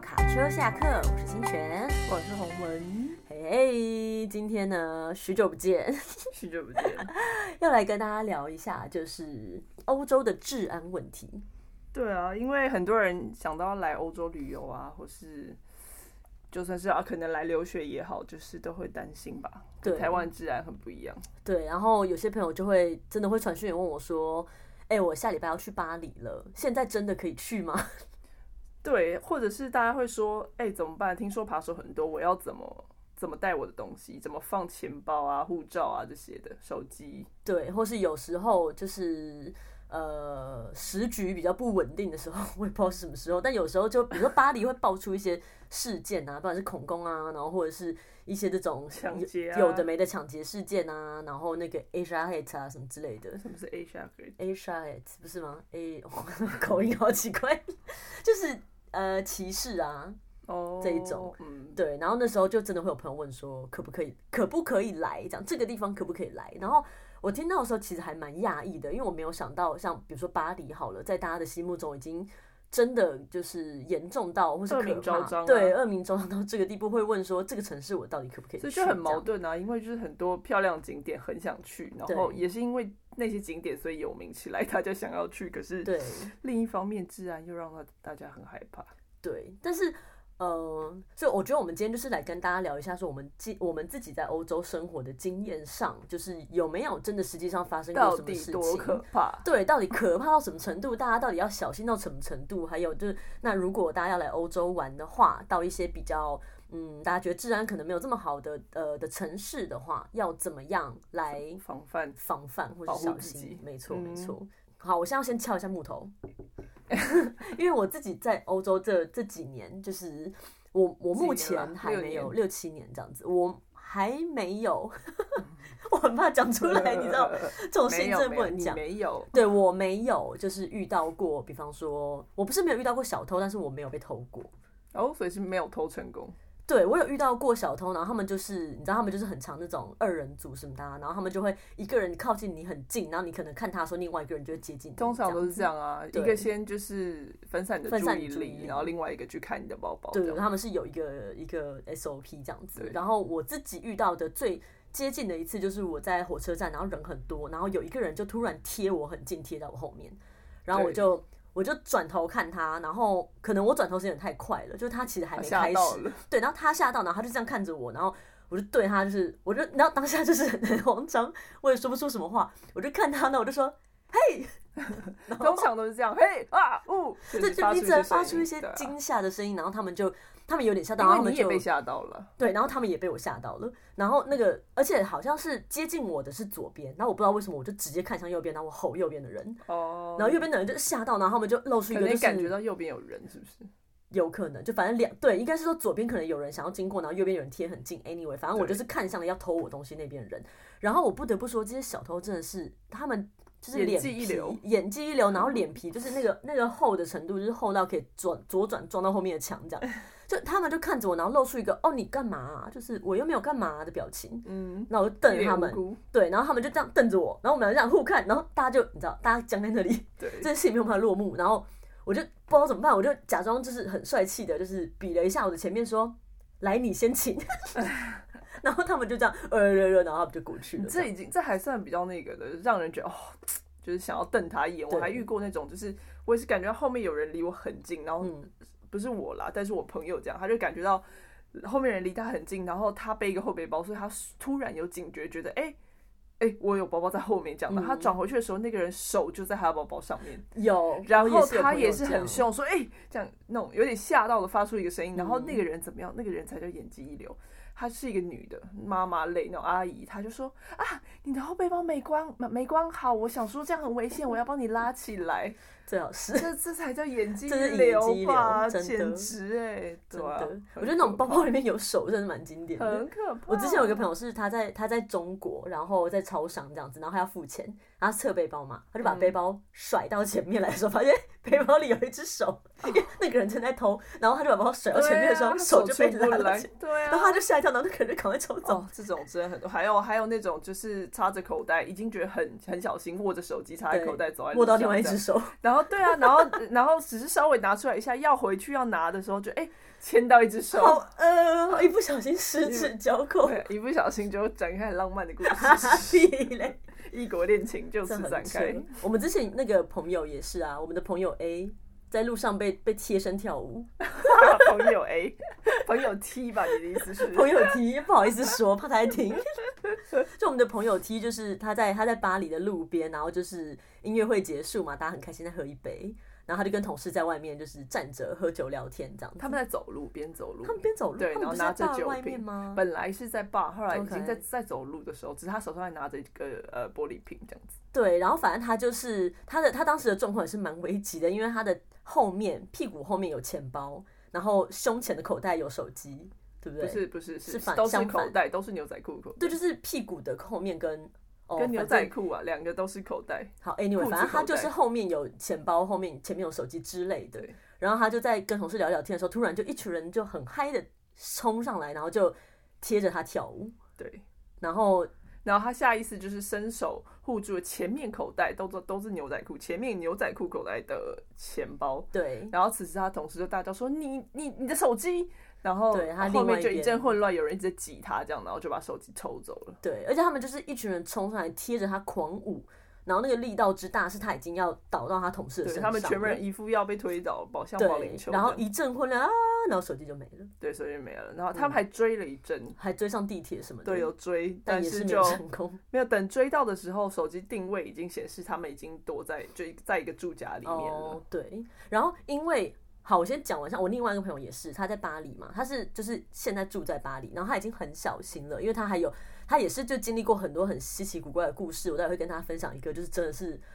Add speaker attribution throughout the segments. Speaker 1: 卡车下课，我是清泉。
Speaker 2: 我是洪文，
Speaker 1: 嘿嘿，今天呢，许久不见，
Speaker 2: 许久不见。
Speaker 1: 要来跟大家聊一下，就是欧洲的治安问题。
Speaker 2: 对啊，因为很多人想到来欧洲旅游啊，或是就算是啊，可能来留学也好，就是都会担心吧。
Speaker 1: 对
Speaker 2: 台湾治安很不一样。
Speaker 1: 对，然后有些朋友就会真的会传讯也问我说：“哎、我下礼拜要去巴黎了，现在真的可以去吗
Speaker 2: 对，或者是大家会说，哎、怎么办？听说扒手很多，我要怎么怎么带我的东西？怎么放钱包啊、护照啊这些的，手机？？”
Speaker 1: 对，或是有时候就是。呃，时局比较不稳定的时候，我也不知道是什么时候。但有时候就，比如说巴黎会爆出一些事件啊，不管是恐攻啊，然后或者是一些这种
Speaker 2: 抢劫啊
Speaker 1: 有有的没的抢劫事件啊，然后那个 Asia Hate 啊什么之类的。
Speaker 2: 什么是 Asia Grid？
Speaker 1: Asia Hate 不是吗？A 口音好奇怪，就是呃歧视啊，
Speaker 2: 哦、
Speaker 1: 这一种，
Speaker 2: 嗯，
Speaker 1: 对，然后那时候就真的会有朋友问说，可不可以，可不可以来？讲这个地方可不可以来？然后我听到的时候，其实还蛮讶异的，因为我没有想到，像比如说巴黎好了，在大家的心目中已经真的就是严重到或是
Speaker 2: 恶
Speaker 1: 可
Speaker 2: 名
Speaker 1: 怕
Speaker 2: 昭彰啊
Speaker 1: 对，恶名昭彰到这个地步，会问说这个城市我到底可不可以去？
Speaker 2: 所以就很
Speaker 1: 这
Speaker 2: 矛
Speaker 1: 样
Speaker 2: 盾啊，因为就是很多漂亮景点很想去，然后也是因为那些景点所以有名起来，大家想要去。可是
Speaker 1: 对
Speaker 2: 另一方面，治安又让大大家很害怕。
Speaker 1: 对，但是。嗯，所以我觉得我们今天就是来跟大家聊一下，说我们自我们自己在欧洲生活的经验上，就是有没有真的实际上发生过
Speaker 2: 到
Speaker 1: 什么
Speaker 2: 底
Speaker 1: 事情？
Speaker 2: 多可怕？
Speaker 1: 对，到底可怕到什么程度？大家到底要小心到什么程度？还有就是，那如果大家要来欧洲玩的话，到一些比较嗯，大家觉得治安可能没有这么好的呃的城市的话，要怎么样来
Speaker 2: 防范
Speaker 1: 防范或者
Speaker 2: 保护
Speaker 1: 小
Speaker 2: 自
Speaker 1: 心
Speaker 2: 己？
Speaker 1: 没错，没
Speaker 2: 嗯
Speaker 1: 错。好，我现在要先敲一下木头， 因为我自己在欧洲这这几年，就是我我目
Speaker 2: 几年
Speaker 1: 前
Speaker 2: 了
Speaker 1: 还
Speaker 2: 六
Speaker 1: 没有
Speaker 2: 年
Speaker 1: 六七年这样子，我还没 有，我很怕讲 出来，你知道，这种事
Speaker 2: 没
Speaker 1: 情
Speaker 2: 有
Speaker 1: 真的
Speaker 2: 没
Speaker 1: 不
Speaker 2: 有
Speaker 1: 能
Speaker 2: 你
Speaker 1: 讲。
Speaker 2: 没有
Speaker 1: 对我没有，就是遇到过，比方说，我不是没有遇到过小偷，但是我没有被偷过。
Speaker 2: 哦，所以是没有偷成功。
Speaker 1: 对我有遇到过小偷，然后他们就是，你知道他们就是很常那种二人组什么的、啊，然后他们就会一个人靠近你很近，然后你可能看他的时候，另外一个人就会接近你。
Speaker 2: 通常都是这
Speaker 1: 样
Speaker 2: 样啊，一
Speaker 1: 对
Speaker 2: 个先就是分散你的
Speaker 1: 分
Speaker 2: 注
Speaker 1: 散你
Speaker 2: 意
Speaker 1: 注意
Speaker 2: 力，
Speaker 1: 力
Speaker 2: 然后另外一个去看你的包包。
Speaker 1: 子。
Speaker 2: 这
Speaker 1: 对，
Speaker 2: 样
Speaker 1: 他们是有一个一个 SOP 这样子
Speaker 2: 对。
Speaker 1: 然后我自己遇到的最接近的一次就是我在火车站，然后人很多，然后有一个人就突然贴我很近，贴到我后面，然后我
Speaker 2: 对
Speaker 1: 就。我就转头看他，然后可能我转头时间也太快了，就是他其实还
Speaker 2: 他
Speaker 1: 没
Speaker 2: 吓
Speaker 1: 开始，
Speaker 2: 到了，
Speaker 1: 对，然后他吓到，然后他就这样看着我，然后我就对他就是，我就，然后当下就是很很慌张，我也说不出什么话，我就看他呢，我就说，
Speaker 2: 通常都是这样。嘿啊呜，
Speaker 1: 这
Speaker 2: 是
Speaker 1: 就一直发出
Speaker 2: 声音
Speaker 1: 一些
Speaker 2: 对啊
Speaker 1: 惊吓的声音，然后他们就，他们有点吓到，然后
Speaker 2: 因
Speaker 1: 他
Speaker 2: 为
Speaker 1: 们
Speaker 2: 你也
Speaker 1: 就
Speaker 2: 被吓到了，
Speaker 1: 对，然后他们也被我吓到了，然后那个，而且好像是接近我的是左边，然后我不知道为什么，我就直接看向右边，然后我吼右边的人，
Speaker 2: 哦，
Speaker 1: 然后右边的人就吓到，然后他们就露出一
Speaker 2: 可
Speaker 1: 个
Speaker 2: 能
Speaker 1: 就
Speaker 2: 也感觉
Speaker 1: 是
Speaker 2: 到右边有人，是不是？
Speaker 1: 有可能，就反正两对，应该是说左边可能有人想要经过，然后右边有人贴很近。Anyway，反正我就
Speaker 2: 对
Speaker 1: 是看向了要偷我东西那边的人。然后我不得不说，这些小偷真的是他们就是
Speaker 2: 演
Speaker 1: 脸
Speaker 2: 技
Speaker 1: 皮
Speaker 2: 一流嗯
Speaker 1: 演技一流，然后脸皮就是那个那个厚的程度，就是厚到可以转左转撞到后面的墙这 样。就他们就看着我，然后露出一个哦你干嘛啊、就是我又没有干嘛啊、的表情。
Speaker 2: 嗯，
Speaker 1: 然后我就瞪
Speaker 2: 一
Speaker 1: 着
Speaker 2: 脸
Speaker 1: 他
Speaker 2: 无
Speaker 1: 们，
Speaker 2: 辜
Speaker 1: 对，然后他们就这样瞪着我，然后我们俩就这样互看，然后大家就你知道，大家僵在那里，
Speaker 2: 对，
Speaker 1: 这件事情没有办法落幕，然后我就不知道怎么办，我就假装就是很帅气的，就是比了一下我的前面说：“来，你先请。” 然后他们就这样呃呃呃，然后他们就过去了。
Speaker 2: 这已经这还算比较那个的，让人觉得哦，就是想要瞪他一眼。我
Speaker 1: 对
Speaker 2: 还遇过那种，就是我也是感觉到后面有人离我很近，然后
Speaker 1: 嗯
Speaker 2: 不是我啦，但是我朋友这样，他就感觉到后面人离他很近，然后他背一个后背包，所以他突然有警觉，觉得哎。哎、我有包包在后面，这样。然后他转回去的时候，那个人手就在他的包包上面，
Speaker 1: 有，
Speaker 2: 然
Speaker 1: 我
Speaker 2: 后
Speaker 1: 有
Speaker 2: 他
Speaker 1: 朋友
Speaker 2: 也是
Speaker 1: 这
Speaker 2: 很
Speaker 1: 样，
Speaker 2: 凶，说：“哎、这样那种有点吓到的，发出一个声音。”然后
Speaker 1: 嗯
Speaker 2: 那个人怎么样？那个人才叫演技一流。她是一个女的，妈妈类那种阿姨，她就说：“啊，你的后背包没关没没关好，我想说这样很危险，我要帮你拉起来。
Speaker 1: 最好是
Speaker 2: 这”这才叫 演技
Speaker 1: 这是演
Speaker 2: 一
Speaker 1: 技一流
Speaker 2: 流吧，
Speaker 1: 真的
Speaker 2: 简直哎、
Speaker 1: 真
Speaker 2: 对啊
Speaker 1: 的，我
Speaker 2: 很
Speaker 1: 觉得那种
Speaker 2: 可
Speaker 1: 包包里面有手真的蛮经典的。
Speaker 2: 很可怕。
Speaker 1: 我之前有一个朋友是他在他在中国，然后在超商这样子，然后他要付钱，然后他侧背包嘛，他就把
Speaker 2: 嗯
Speaker 1: 背包甩到前面来的时候，发现 背包里有一只手，因为那个人正在偷，然后他就把包甩到
Speaker 2: 哦对啊
Speaker 1: 前面的时候，
Speaker 2: 她
Speaker 1: 手就
Speaker 2: 出
Speaker 1: 被
Speaker 2: 不
Speaker 1: 拉了
Speaker 2: 来
Speaker 1: 起来，，
Speaker 2: 对啊，
Speaker 1: 然后他就吓一跳，然后那个人就赶快抽走。
Speaker 2: 哦，这种真的很多，还有还有那种就是插着口袋，已经觉得很很小心，握着手机插在口袋走在路
Speaker 1: 握到另
Speaker 2: 上
Speaker 1: 外一
Speaker 2: 这
Speaker 1: 只
Speaker 2: 样
Speaker 1: 手，
Speaker 2: 然后后对啊，然后然后只是稍微拿出来一下，要回去要拿的时候就哎牵到一只
Speaker 1: 好
Speaker 2: 手，
Speaker 1: 呃，一不小心十指交扣，
Speaker 2: 对，一不小心就展开很浪漫的故
Speaker 1: 哈
Speaker 2: 事，
Speaker 1: 哈 屁嘞，
Speaker 2: 异国恋情就
Speaker 1: 这
Speaker 2: 此
Speaker 1: 很
Speaker 2: 展开
Speaker 1: 扯。。我们之前那个朋友也是啊，我们的朋友 A 在路上被被贴身跳舞，
Speaker 2: 朋友 A，朋 友 T 吧，你的意思 是？
Speaker 1: 朋友 T 不好意思说，怕他在听。 就我们的朋友 T，就是他在他在巴黎的路边，然后就是音乐会结束嘛，大家很开心在喝一杯，然后他就跟同事在外面就是站着喝酒聊天这样子。
Speaker 2: 他们在走路，边走路
Speaker 1: 他。们边走路，
Speaker 2: 对
Speaker 1: 他们不
Speaker 2: 然后拿
Speaker 1: 是
Speaker 2: 着
Speaker 1: 在
Speaker 2: 酒
Speaker 1: 坝外
Speaker 2: 瓶
Speaker 1: 面吗？
Speaker 2: 本来是在 bar，后来已经在
Speaker 1: OK
Speaker 2: 在走路的时候，只是他手上还拿着一个呃玻璃瓶这样子。
Speaker 1: 对，然后反正他就是他的他当时的状况也是蛮危急的，因为他的后面屁股后面有钱包，然后胸前的口袋有手机，对不
Speaker 2: 不
Speaker 1: 对？
Speaker 2: 是不是是
Speaker 1: 是反
Speaker 2: 都是
Speaker 1: 相
Speaker 2: 口
Speaker 1: 反
Speaker 2: 袋，都是牛仔裤口袋，
Speaker 1: 对，就是屁股的后面跟哦
Speaker 2: 跟牛
Speaker 1: 反正
Speaker 2: 仔裤啊，两个都是口袋。
Speaker 1: 好，anyway，
Speaker 2: 裤子
Speaker 1: 反正他
Speaker 2: 口
Speaker 1: 就是
Speaker 2: 袋
Speaker 1: 后面有钱包，后面前面有手机之类的
Speaker 2: 对。
Speaker 1: 然后他就在跟同事聊聊天的时候，突然就一群人就很嗨的冲上来，然后就贴着他跳舞。
Speaker 2: 对，
Speaker 1: 然后
Speaker 2: 然后他下意识就是伸手护住了前面口袋，都都都是牛仔裤，前面牛仔裤口袋的钱包。
Speaker 1: 对，
Speaker 2: 然后此时他同事就大叫说：“你你你的手机！”然后
Speaker 1: 对他
Speaker 2: 后
Speaker 1: 另外
Speaker 2: 面
Speaker 1: 一
Speaker 2: 就一
Speaker 1: 边
Speaker 2: 阵混乱，有人一直在挤他，这样，然后就把手机抽走了。
Speaker 1: 对，而且他们就是一群人冲上来贴着他狂舞，然后那个力道之大，是他已经要倒到他同事的身上
Speaker 2: 对他
Speaker 1: 了，
Speaker 2: 们全部人一副要被推倒，保像保龄
Speaker 1: 对，
Speaker 2: 球这
Speaker 1: 然
Speaker 2: 样。
Speaker 1: 后一阵混乱啊，然后手机就没了，
Speaker 2: 对，所以就没了。然后
Speaker 1: 嗯
Speaker 2: 他们还追了一阵，
Speaker 1: 还追上地铁什么的，
Speaker 2: 对，有追，
Speaker 1: 但
Speaker 2: 但
Speaker 1: 也是没
Speaker 2: 就
Speaker 1: 有成功。
Speaker 2: 没有等追到的时候，手机定位已经显示他们已经躲在就在一个住家里面了。
Speaker 1: 哦，对，然后因为好，我先讲完一下，我另外一个朋友也是，他在巴黎嘛，他是就是现在住在巴黎，然后他已经很小心了，因为他还有他也是就经历过很多很稀奇古怪的故事，我待会会跟大家分享一个，就是真的是。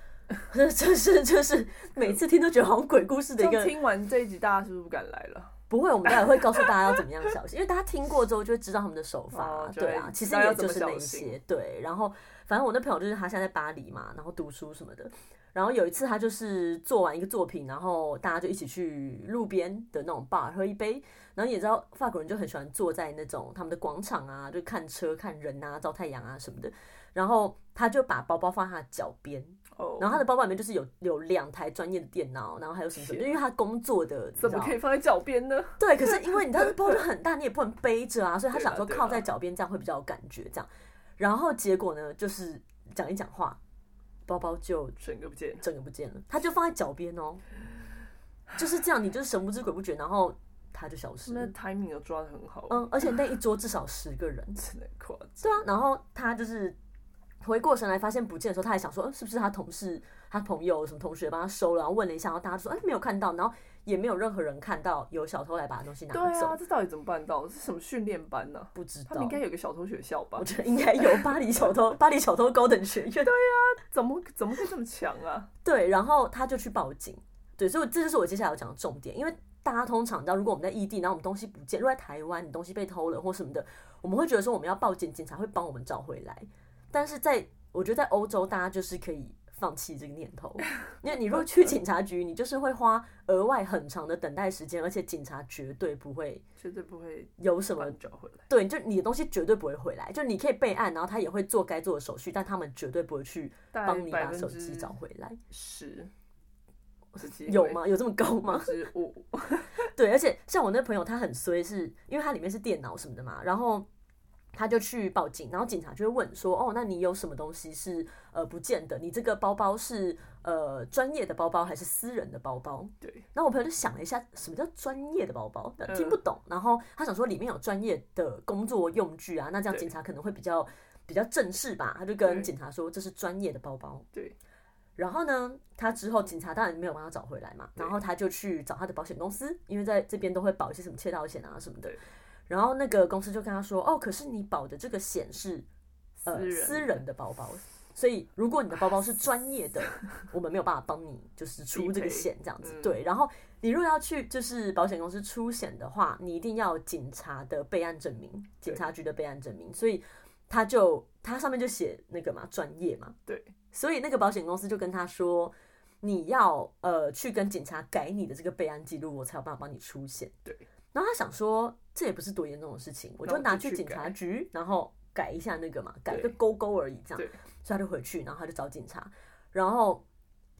Speaker 1: 就是就是每次听都觉得好像鬼故事的
Speaker 2: 这
Speaker 1: 一个
Speaker 2: 样听完这一集，大家是不是不敢来了？
Speaker 1: 不会，我们待会会告诉大家要怎么样小 心，因为大家听过之后就会知道他们的手法，
Speaker 2: 哦就会
Speaker 1: 对啊，其实
Speaker 2: 知道要
Speaker 1: 也
Speaker 2: 怎么
Speaker 1: 就是那
Speaker 2: 小
Speaker 1: 一
Speaker 2: 心
Speaker 1: 些，对。然后反正我那朋友就是他现在在巴黎嘛，然后读书什么的。然后有一次他就是做完一个作品，然后大家就一起去路边的那种 bar 喝一杯。然后你也知道法国人就很喜欢坐在那种他们的广场啊，就看车、看人啊、照太阳啊什么的。然后他就把包包放在他脚边，
Speaker 2: 哦，
Speaker 1: 然后他的包包里面就是有有两台专业的电脑，然后还有什么什么，
Speaker 2: 天
Speaker 1: 因为他工作的你
Speaker 2: 怎
Speaker 1: 知
Speaker 2: 么
Speaker 1: 道
Speaker 2: 可以放在脚边呢？
Speaker 1: 对，可是因为你知道这 包就很大，你也不能背着啊，所以他
Speaker 2: 对
Speaker 1: 想
Speaker 2: 啦
Speaker 1: 说
Speaker 2: 对
Speaker 1: 靠
Speaker 2: 啦
Speaker 1: 在脚边这样会比较有感觉，这样。然后结果呢，就是讲一讲话，包包就
Speaker 2: 整个不见了。
Speaker 1: 整个不见了，他就放在脚边哦，就是这样，你就是神不知鬼不觉，然后他就消失
Speaker 2: 那
Speaker 1: 了。
Speaker 2: timing 都抓的很好，
Speaker 1: 嗯，而且那一桌至少十个 人，
Speaker 2: 真的夸张。
Speaker 1: 对啊，然后他就是回过神来发现不见的时候，他还想说，嗯，是不是他同事、他朋友什么同学帮他收了？然后问了一下，然后大家就说，哎，没有看到，然后也没有任何人看到有小偷来把东西拿
Speaker 2: 对
Speaker 1: 走，
Speaker 2: 啊，这到底怎么办到？是什么训练班呢、
Speaker 1: 不知道。
Speaker 2: 他们应该有个小偷学校 吧
Speaker 1: 我？觉得应该有巴黎小偷，巴黎小偷高等学院。对
Speaker 2: 怎么怎么会这么强啊？
Speaker 1: 然后他就去报警。对，所以这就是我接下来要讲的重点，因为大家通常你知道，如果我们在异地，然后我们东西不见，如果在台湾你东西被偷了或什么的，我们会觉得说我们要报警，警察会帮我们找回来。但是在我觉得在欧洲，大家就是可以放弃这个念头，因为你如果去警察局，你就是会花额外很长的等待时间，而且警察绝对不会
Speaker 2: 绝对不会
Speaker 1: 有什
Speaker 2: 把
Speaker 1: 么
Speaker 2: 你找回来。
Speaker 1: 对，就你的东西绝对不会回来，就你可以备案，然后他也会做该做的手续，但他们绝对不会去
Speaker 2: 大
Speaker 1: 帮
Speaker 2: 概
Speaker 1: 你
Speaker 2: 百
Speaker 1: 把
Speaker 2: 分
Speaker 1: 手机
Speaker 2: 之
Speaker 1: 找回来。
Speaker 2: 十，
Speaker 1: 有？吗？有这么高吗？
Speaker 2: 十五，
Speaker 1: 对，而且像我那朋友，他很衰是，因为他里面是电脑什么的嘛，然后他就去报警，然后警察就会问说，哦，那你有什么东西是呃不见的？你这个包包是呃专业的包包还是私人的包包？
Speaker 2: 对，
Speaker 1: 然后我朋友就想了一下，什么叫专业的包包？
Speaker 2: 嗯
Speaker 1: 听不懂。然后他想说里面有专业的工作用具啊，那这样
Speaker 2: 对
Speaker 1: 警察可能会比较比较正式吧。他就跟
Speaker 2: 对
Speaker 1: 警察说这是专业的包包。
Speaker 2: 对。
Speaker 1: 然后呢，他之后警察当然没有帮他找回来嘛，
Speaker 2: 对
Speaker 1: 然后他就去找他的保险公司，因为在这边都会保一些什么窃盗险啊什么的
Speaker 2: 对。
Speaker 1: 然后那个公司就跟他说，哦，可是你保的这个险是呃
Speaker 2: 私人
Speaker 1: 私人的包包，所以如果你的包包是专业 的，我们没有办法帮你就是出这个险这样子
Speaker 2: 嗯。
Speaker 1: 对，然后你如果要去就是保险公司出险的话，你一定要有警察的备案证明，警察局的备案证明，所以他就他上面就写那个嘛专业嘛，
Speaker 2: 对，
Speaker 1: 所以那个保险公司就跟他说。你要呃去跟警察改你的这个备案记录，我才有办法帮你出险。
Speaker 2: 对，
Speaker 1: 然后他想说这也不是多严重的事情，我
Speaker 2: 那
Speaker 1: 就
Speaker 2: 我
Speaker 1: 拿
Speaker 2: 就
Speaker 1: 去
Speaker 2: 去
Speaker 1: 警察局，然后改一下那个嘛，改
Speaker 2: 对
Speaker 1: 个勾勾而已这样。
Speaker 2: 对
Speaker 1: 所以他就回去，然后他就找警察，然后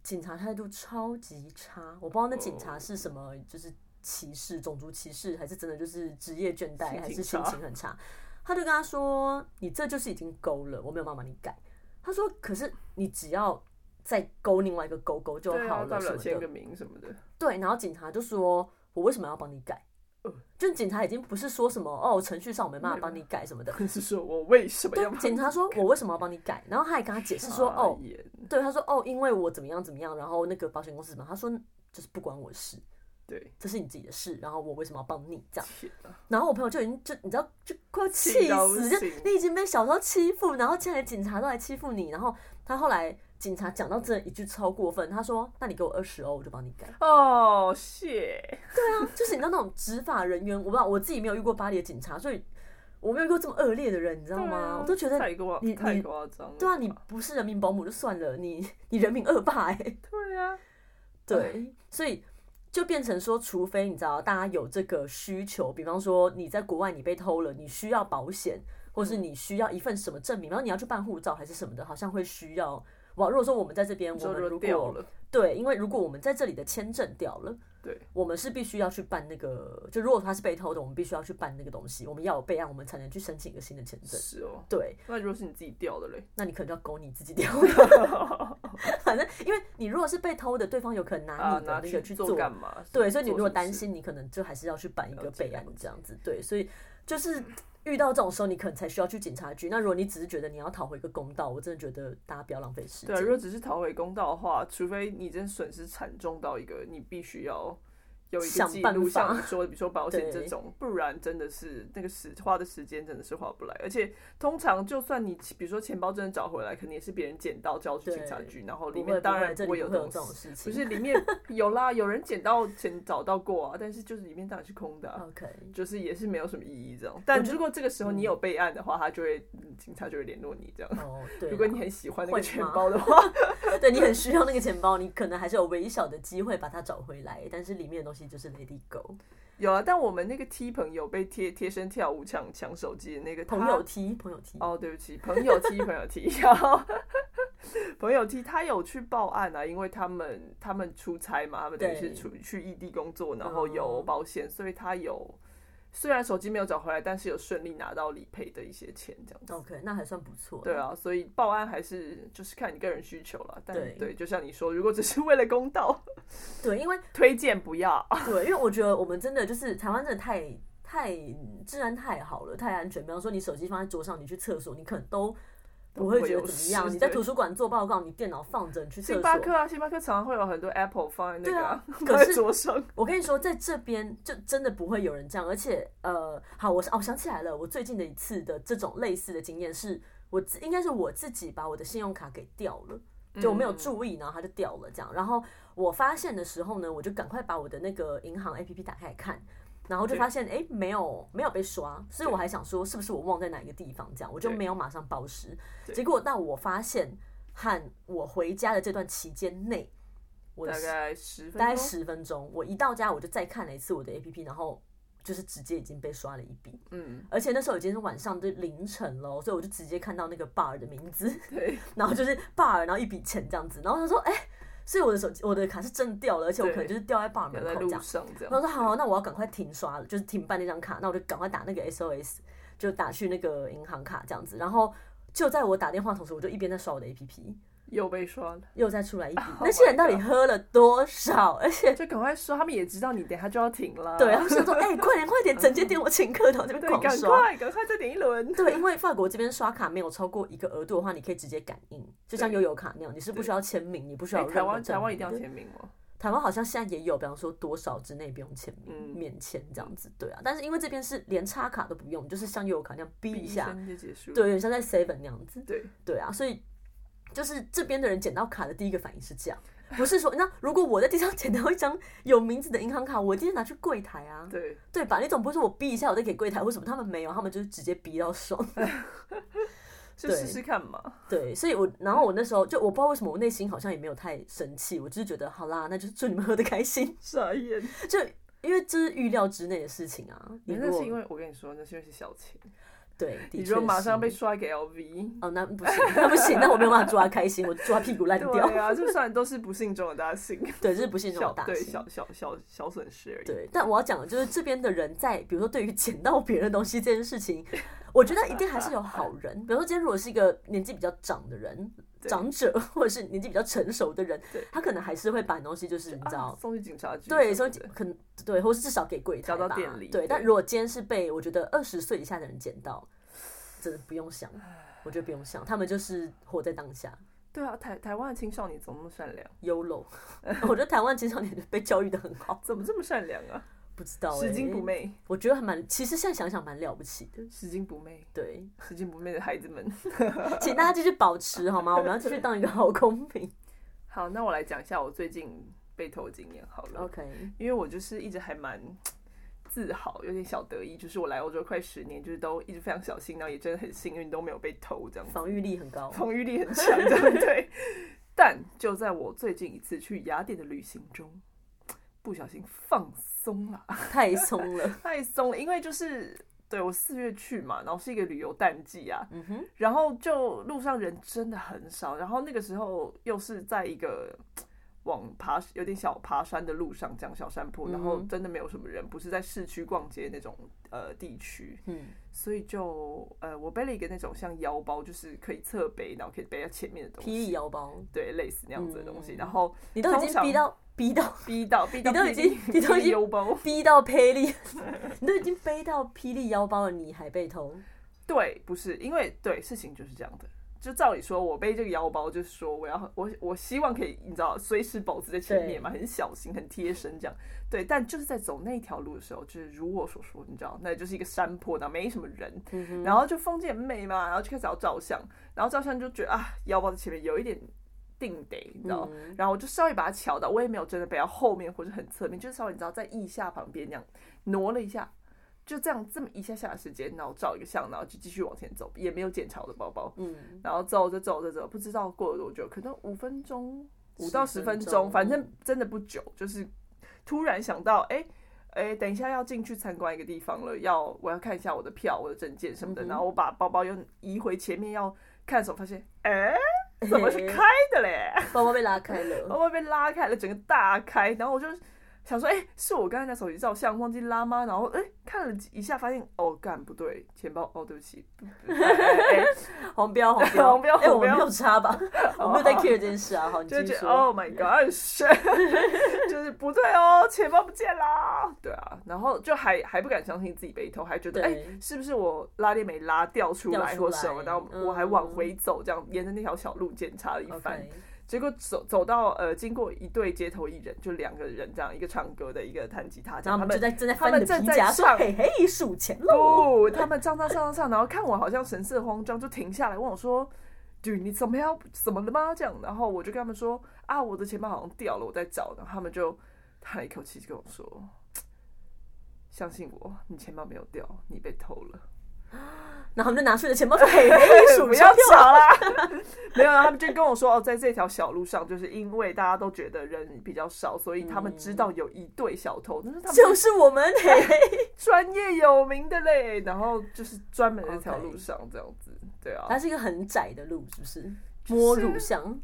Speaker 1: 警察态度超级差，我不知道那警察是什么，就是歧视、种族歧视，还是真的就是职业倦怠，
Speaker 2: 心情
Speaker 1: 还是心情很 差。他就跟他说：“你这就是已经勾了，我没有办法帮你改。”他说：“可是你只要再勾另外一个勾勾就
Speaker 2: 对
Speaker 1: 好
Speaker 2: 啊，大
Speaker 1: 了，
Speaker 2: 不
Speaker 1: 什
Speaker 2: 了
Speaker 1: 么
Speaker 2: 签个
Speaker 1: 的。
Speaker 2: 名什么的。”
Speaker 1: 对，然后警察就说：“我为什么要帮你改
Speaker 2: 呃？”
Speaker 1: 就警察已经不是说什么哦，程序上我没办法帮你改什么的。
Speaker 2: 是说我为什么要
Speaker 1: 对，
Speaker 2: 帮哎
Speaker 1: 警察说：“我为什么要帮你改？”然后他还跟他解释说：“
Speaker 2: 傻
Speaker 1: 哦，
Speaker 2: 眼
Speaker 1: 对，他说哦，因为我怎么样怎么样，然后那个保险公司怎么样，他说就是不关我的事，
Speaker 2: 对，
Speaker 1: 这是你自己的事，然后我为什么要帮你这样？
Speaker 2: 天啊，
Speaker 1: 然后我朋友就已经就你知道就快要气
Speaker 2: 气到
Speaker 1: 死，就
Speaker 2: 不行啊
Speaker 1: 你已经被小时候欺负，然后现在警察都来欺负你，然后他后来警察讲到这一句超过分，他说那你给我二十欧，我就帮你改。 啊
Speaker 2: 哦，谢，
Speaker 1: 就是你知道那种执法人员，我不知道我自己没有遇过巴黎的警察，所以我没有遇过这么恶劣的人，你知道吗？我都觉得。
Speaker 2: 啊太夸
Speaker 1: 你
Speaker 2: 太
Speaker 1: 你
Speaker 2: 夸张了吧。
Speaker 1: 对啊，你不是人民保姆就算了，你 你人民恶霸哎、
Speaker 2: 对啊，
Speaker 1: 对，所以就变成说，除非你知道大家有这个需求，比方说你在国外你被偷了，你需要保险，或
Speaker 2: 嗯
Speaker 1: 是你需要一份什么证明，然后你要去办护照还是什么的，好像会需要。哇，如果说我们在这边，
Speaker 2: 你
Speaker 1: 我
Speaker 2: 说
Speaker 1: 们
Speaker 2: 如
Speaker 1: 如
Speaker 2: 果掉
Speaker 1: 果
Speaker 2: 了，
Speaker 1: 对，因为如果我们在这里的签证掉了，
Speaker 2: 对，
Speaker 1: 我们是必须要去办那个，就如果他是被偷的，我们必须要去办那个东西，我们要有备案，我们才能去申请一个新的签证。
Speaker 2: 是哦。
Speaker 1: 对，
Speaker 2: 那如果是你自己掉的嘞，
Speaker 1: 那你可能就要勾你自己 掉。反正，因为你如果是被偷的，对方有可能拿
Speaker 2: 啊，
Speaker 1: 你的
Speaker 2: 拿
Speaker 1: 那个
Speaker 2: 去
Speaker 1: 去
Speaker 2: 做干嘛？
Speaker 1: 对，所以你如果
Speaker 2: 做什么
Speaker 1: 担
Speaker 2: 事，
Speaker 1: 心，你可能就还是要去办一
Speaker 2: 了
Speaker 1: 个
Speaker 2: 解
Speaker 1: 备案
Speaker 2: 了解
Speaker 1: 这样子。对，所以就是遇到这种时候，你可能才需要去警察局。那如果你只是觉得你要讨回一个公道，我真的觉得大家不要浪费时
Speaker 2: 对啊，如
Speaker 1: 间。
Speaker 2: 果只是讨回公道的话，除非你真损失惨重到一个你必须要。有一个
Speaker 1: 想
Speaker 2: 记
Speaker 1: 办
Speaker 2: 录，
Speaker 1: 法
Speaker 2: 像你说的，比如说保险
Speaker 1: 对
Speaker 2: 这种，不然真的是那个时花的时间真的是花不来。而且通常就算你比如说钱包真的找回来，肯定也是别人捡到交去
Speaker 1: 对
Speaker 2: 警察局，然后里
Speaker 1: 不会，
Speaker 2: 面当然
Speaker 1: 不会这
Speaker 2: 不会
Speaker 1: 里
Speaker 2: 有
Speaker 1: 不会
Speaker 2: 这
Speaker 1: 有
Speaker 2: 种
Speaker 1: 这种事
Speaker 2: 不
Speaker 1: 情。
Speaker 2: 是里面有啦，有人捡到捡找到过啊，但是就是里面当然是空的啊、
Speaker 1: OK，
Speaker 2: 就是也是没有什么意义这样。但
Speaker 1: 嗯觉得嗯
Speaker 2: 如果这个时候你有备案的话，他就会嗯警察就会联络你这样。
Speaker 1: 哦，对
Speaker 2: 如果
Speaker 1: 啦
Speaker 2: 你很喜欢那
Speaker 1: 会
Speaker 2: 个
Speaker 1: 吗
Speaker 2: 钱包的话，
Speaker 1: 对你很需要那个钱包，你可能还是有微小的机会把它找回来，但是里面的东西就是 Let it go。
Speaker 2: 有啊。但我们那个 T 朋友被贴贴身跳舞抢抢手机的那个他
Speaker 1: 朋友踢，朋友踢，
Speaker 2: 哦，对不起，朋友 T 朋友 T，然 后朋友 T 他有去报案啊，因为他们他们出差嘛，他们等于
Speaker 1: 对
Speaker 2: 是出去异地工作，然后有
Speaker 1: 哦
Speaker 2: 保险，所以他有虽然手机没有找回来，但是有顺利拿到理赔的一些钱这样子。
Speaker 1: OK，那还算不错。
Speaker 2: 对，啊，所以报案还是就是看你个人需求了，但
Speaker 1: 对
Speaker 2: 对，就像你说，如果只是为了公道，
Speaker 1: 对，因为
Speaker 2: 推荐不要。
Speaker 1: 对，因为我觉得我们真的就是台湾真的太太治安太好了，太安全。比方说你手机放在桌上，你去厕所，你可能都不会觉得怎么
Speaker 2: 都不会有
Speaker 1: 样。
Speaker 2: 事
Speaker 1: 你在
Speaker 2: 对
Speaker 1: 图书馆做报告，你电脑放着，你去厕
Speaker 2: 星巴
Speaker 1: 所。
Speaker 2: 克啊，星巴克常常会有很多 Apple 放在那个、
Speaker 1: 对啊
Speaker 2: 放
Speaker 1: 可
Speaker 2: 在
Speaker 1: 是
Speaker 2: 桌上。
Speaker 1: 我跟你说，在这边就真的不会有人这样。而且呃，好，我是哦想起来了，我最近的一次的这种类似的经验是，我自应该是我自己把我的信用卡给掉了。就我没有
Speaker 2: 嗯
Speaker 1: 注意，然后它就掉了这样。然后我发现的时候呢，我就赶快把我的那个银行 APP 打开来看，然后就
Speaker 2: 对
Speaker 1: 发现哎、诶没有没有被刷，所以
Speaker 2: 对
Speaker 1: 我还想说是不是我忘在哪一个地方这样，我就
Speaker 2: 对
Speaker 1: 没有马上报失。
Speaker 2: 对
Speaker 1: 结果到我发现和我回家的这段期间内，我的
Speaker 2: 大概十分
Speaker 1: 大概
Speaker 2: 钟
Speaker 1: 十分钟，我一到家我就再看了一次我的 APP，然后就是直接已经被刷了一笔，
Speaker 2: 嗯，
Speaker 1: 而且那时候已经是晚上就凌晨了，哦所以我就直接看到那个 bar 的名字。
Speaker 2: 对，
Speaker 1: 然后就是 bar，然后一笔钱这样子，然后他说，哎、所以我的手机我的卡是真的掉了，而且我可能就是掉在 bar 门
Speaker 2: 要在
Speaker 1: 口嗯
Speaker 2: 路
Speaker 1: 这样。
Speaker 2: 上这
Speaker 1: 然后我
Speaker 2: 样。
Speaker 1: 说好，那我要赶快停刷了，就是停办那张卡，那我就赶快打那个 SOS，就打去那个银行卡这样子。然后就在我打电话的同时，我就一边在刷我的 APP，
Speaker 2: 又被刷了，
Speaker 1: 又再出来一笔。
Speaker 2: Oh
Speaker 1: 那些人到底
Speaker 2: my
Speaker 1: 喝了多少？而且
Speaker 2: 就赶快刷，他们也知道你等一下就要停了。
Speaker 1: 对，他们想说，哎、快点快点，整间店我请客，然后这边
Speaker 2: 对，
Speaker 1: 狂
Speaker 2: 赶
Speaker 1: 刷。
Speaker 2: 快赶快再点一 轮。
Speaker 1: 对，因为法国这边刷卡没有超过一个额度的话，你可以直接感应，就像
Speaker 2: 对
Speaker 1: 悠游卡那样，你是不需要签名，你不需要
Speaker 2: 哎
Speaker 1: 有
Speaker 2: 台
Speaker 1: 任何
Speaker 2: 湾台
Speaker 1: 证
Speaker 2: 湾
Speaker 1: 明
Speaker 2: 一定要
Speaker 1: 的
Speaker 2: 签名哦吗？
Speaker 1: 台湾好像现在也有，比方说多少之内不用签名、
Speaker 2: 嗯
Speaker 1: 免签这样子，对啊。但是因为这边是连插卡都不用，就是像悠游卡那样逼一下，
Speaker 2: 声就结束了。
Speaker 1: 对，有点像在 seven 那样子，
Speaker 2: 对，
Speaker 1: 对啊。所以就是这边的人捡到卡的第一个反应是这样，不是说那如果我在地上捡到一张有名字的银行卡，我一定拿去柜台啊，
Speaker 2: 对，
Speaker 1: 对吧？你总不会说我逼一下我再给柜台或什么，他们没有，他们就是直接逼到爽。
Speaker 2: 就
Speaker 1: 对
Speaker 2: 试试看嘛。
Speaker 1: 对，所以我然后我那时候就我不知道为什么我内心好像也没有太生气，我就是觉得好啦，那就祝你们喝的开心。
Speaker 2: 傻眼，
Speaker 1: 就因为这是预料之内的事情啊。你
Speaker 2: 那
Speaker 1: 如果
Speaker 2: 是因为我跟你说，那是因为是小钱，
Speaker 1: 对，的
Speaker 2: 你就
Speaker 1: 确
Speaker 2: 马上
Speaker 1: 是
Speaker 2: 被刷给 LV。
Speaker 1: 哦，那不行，那不行，那我没有办法抓开心，我抓屁 股烂掉。
Speaker 2: 对啊，就算都是不幸中的大幸，
Speaker 1: 对，这是不幸中
Speaker 2: 小
Speaker 1: 的大
Speaker 2: 对
Speaker 1: 幸。
Speaker 2: 小小小小损失而已。啊
Speaker 1: 对，但我要讲的就是这边的人在，比如说对于捡到别人的东西这件事情，我觉得一定还是有好人。比如说今天如果是一个年纪比较长的人，
Speaker 2: 对
Speaker 1: 长者或者是年纪比较成熟的人
Speaker 2: 对，
Speaker 1: 他可能还是会把东西就是你知道
Speaker 2: 啊，送去警察局什么的，
Speaker 1: 对，所以可能对，或是至少给柜台
Speaker 2: 交到
Speaker 1: 吧
Speaker 2: 店里
Speaker 1: 对，但
Speaker 2: 对
Speaker 1: 如果今天是被我觉得二十岁以下的人捡到，真的不用想，我觉得不用想，他们就是活在当下。
Speaker 2: 对啊，台台湾的青少年怎么那么善良？啊
Speaker 1: YOLO，我 觉得台湾青少年被教育的很好，
Speaker 2: 怎么这么善良啊？
Speaker 1: 不知道、欸、
Speaker 2: 拾金不，昧，
Speaker 1: 我觉得还蛮，其实现在想想蛮了不起的。
Speaker 2: 拾金不昧，
Speaker 1: 对，
Speaker 2: 拾金不昧的孩子们。
Speaker 1: 请大家继续保持好吗？我们要继续当一个好公 民。
Speaker 2: 好，那我来讲一下我最近被偷的经验好了
Speaker 1: OK，
Speaker 2: 因为我就是一直还蛮自豪，有点小得意，就是我来欧洲快十年，就是都一直非常小心，然后也真的很幸运都没有被偷这样 子。
Speaker 1: 防御力很高。
Speaker 2: 防御力很强，这样对。但就在我最近一次去雅典的旅行中，不小心放松了，
Speaker 1: 太松了。
Speaker 2: 太松了，因为就是。对我四月去嘛，然后是一个旅游淡季啊，
Speaker 1: 嗯哼，
Speaker 2: 然后就路上人真的很少，然后那个时候又是在一个往爬有点小爬山的路上，这样小山坡，然后
Speaker 1: 嗯哼
Speaker 2: 真的没有什么人，不是在市区逛街那种呃地区，
Speaker 1: 嗯，
Speaker 2: 所以就呃我背了一个那种像腰包，就是可以侧背，然后可以背在前面的东
Speaker 1: 霹
Speaker 2: 西，
Speaker 1: 雳腰包，
Speaker 2: 对，类似那样子的东西，
Speaker 1: 啊嗯
Speaker 2: 然后
Speaker 1: 你都已
Speaker 2: 通
Speaker 1: 经
Speaker 2: 常
Speaker 1: 逼到逼到
Speaker 2: 逼到逼到
Speaker 1: 你都已经你都已经
Speaker 2: 邮包，
Speaker 1: 逼到霹雳， 你都已经背到霹雳腰包了，你还被偷？
Speaker 2: 对，不是因为对事情就是这样的。就照理说，我背这个腰包，就是说我要我我希望可以，你知道，随时保持在前面嘛，很小心，很贴身这样。对，但就是在走那条路的时候，就是如我所说，你知道，那就是一个山坡，然后没什么人，
Speaker 1: 嗯哼，
Speaker 2: 然后就风景很美嘛，然后就开始要照相，然后照相就觉得啊，腰包在前面有一点定得，你知道，
Speaker 1: 嗯
Speaker 2: 然后我就稍微把它翘到，我也没有真的背到后面或者很侧面，就是稍微你知道在腋下旁边那样挪了一下，就这样这么一下下的时间，然后照一个相，然后就继续往前走，也没有检查我的包包，
Speaker 1: 嗯，
Speaker 2: 然后走着走着走，不知道过了多久，可能五分钟，五到十分
Speaker 1: 10分
Speaker 2: 钟，哦
Speaker 1: 钟
Speaker 2: 反正真的不久，就是突然想到，哎、哎、等一下要进去参观一个地方了，要我要看一下我的票、我的证件什么的，
Speaker 1: 嗯哼
Speaker 2: 然后我把包包又移回前面要看的时候，发现，哎、怎么是哦开的嘞？
Speaker 1: 包包被拉开了
Speaker 2: 包？包被拉开了，整个大开，然后我就想说，哎、是我刚才拿手机照相忘记拉吗？然后哎、看了一下，发现哦，干不对，钱包哦，对不起，不不哎哎哎
Speaker 1: 黄标，黄标，
Speaker 2: 黄标
Speaker 1: 哎，我
Speaker 2: 黄
Speaker 1: 们
Speaker 2: 标
Speaker 1: 没有差 吧？我没有在 care 这件事啊。好，你
Speaker 2: 就
Speaker 1: 继续
Speaker 2: 觉得
Speaker 1: 说。
Speaker 2: Oh my God，是 就是不对哦，钱包不见啦，对啊，然后就还还不敢相信自己被偷，还觉得哎、
Speaker 1: 对
Speaker 2: 是不是我拉链没拉掉出来
Speaker 1: 掉出
Speaker 2: 或
Speaker 1: 来
Speaker 2: 什么？然后我
Speaker 1: 嗯
Speaker 2: 还往回走，这样沿着那条小路检查了一番。
Speaker 1: OK，
Speaker 2: 结果走走到呃，经过一对街头艺人，就两个人这样，一个唱歌的，一个弹吉他，这
Speaker 1: 然
Speaker 2: 样
Speaker 1: 后我们就在正在
Speaker 2: 他
Speaker 1: 翻
Speaker 2: 们
Speaker 1: 你的
Speaker 2: 正
Speaker 1: 皮
Speaker 2: 在
Speaker 1: 夹，说
Speaker 2: 唱
Speaker 1: 嘿嘿，数钱 喽。
Speaker 2: 不，哦他们唱唱唱唱唱，然后看我好像神色慌张，就停下来问我说：“Do 你怎么要怎么了吗？”这样，然后我就跟他们说：“啊，我的钱包好像掉了，我在找。”然后他们就叹了一口气，就跟我说：“相信我，你钱包没有掉，你被偷了，
Speaker 1: 然后我们就拿出你的钱包 说嘿嘿，数
Speaker 2: 不
Speaker 1: 钞
Speaker 2: 要
Speaker 1: 票。啊
Speaker 2: 找啦。” 没有，他们就跟我说：“哦，在这条小路上，就是因为大家都觉得人比较少，所以他们知道有一对小偷，但是他
Speaker 1: 嗯
Speaker 2: 们
Speaker 1: 就是我们嘿嘿，
Speaker 2: 专业有名的嘞，然后就是专门那条路上这样子，对啊，
Speaker 1: 它是一个很窄的路，是不是？摸乳巷，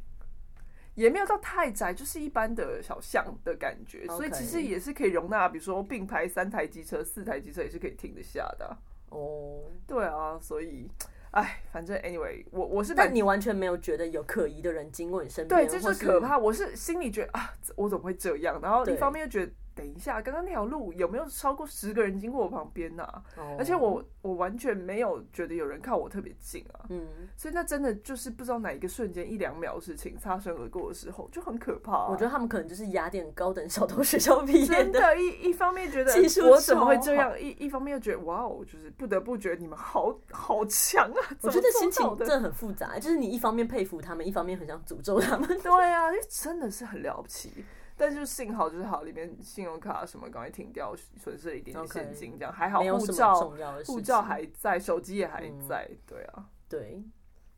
Speaker 2: 也没有到太窄，就是一般的小巷的感觉
Speaker 1: OK
Speaker 2: 所以其实也是可以容纳，比如说并排三台机车、四台机车也是可以停得下的啊、
Speaker 1: 哦，
Speaker 2: 对啊，所以，哎，反正 anyway，我我是
Speaker 1: 但
Speaker 2: 蛮
Speaker 1: 你完全没有觉得有可疑的人经过你身边，
Speaker 2: 对，这
Speaker 1: 或
Speaker 2: 就是
Speaker 1: 是
Speaker 2: 可。怕，我是心里觉得啊，这我怎么会这样？然后一
Speaker 1: 对
Speaker 2: 方面又觉得，等一下，刚刚那条路有没有超过十个人经过我旁边呐、
Speaker 1: 哦
Speaker 2: 而且，我我完全没有觉得有人靠我特别近啊。
Speaker 1: 嗯，
Speaker 2: 所以那真的就是不知道哪一个瞬间一两秒的事情擦身而过的时候，就很可怕、啊
Speaker 1: 我觉得他们可能就是雅典高等小偷学校毕业
Speaker 2: 哦真
Speaker 1: 的，
Speaker 2: 的，一一方面觉得
Speaker 1: 技术
Speaker 2: 我怎么会
Speaker 1: 超
Speaker 2: 这样，一一方面又觉得哇哦，就是不得不觉得你们好好强啊！
Speaker 1: 我觉得
Speaker 2: 怎
Speaker 1: 心
Speaker 2: 么做
Speaker 1: 情
Speaker 2: 到
Speaker 1: 真
Speaker 2: 的
Speaker 1: 的很复杂，就是你一方面佩服他们，一方面很想诅咒他们。
Speaker 2: 对啊，因为真的是很了不起。但就是幸好就是好，里面信用卡什么赶快停掉，损失了一点点
Speaker 1: OK
Speaker 2: 现金，这样还 好
Speaker 1: 没有
Speaker 2: 护
Speaker 1: 什么
Speaker 2: 照
Speaker 1: 重要的事情。
Speaker 2: 护照还在，手机也还
Speaker 1: 嗯
Speaker 2: 在，对啊，
Speaker 1: 对，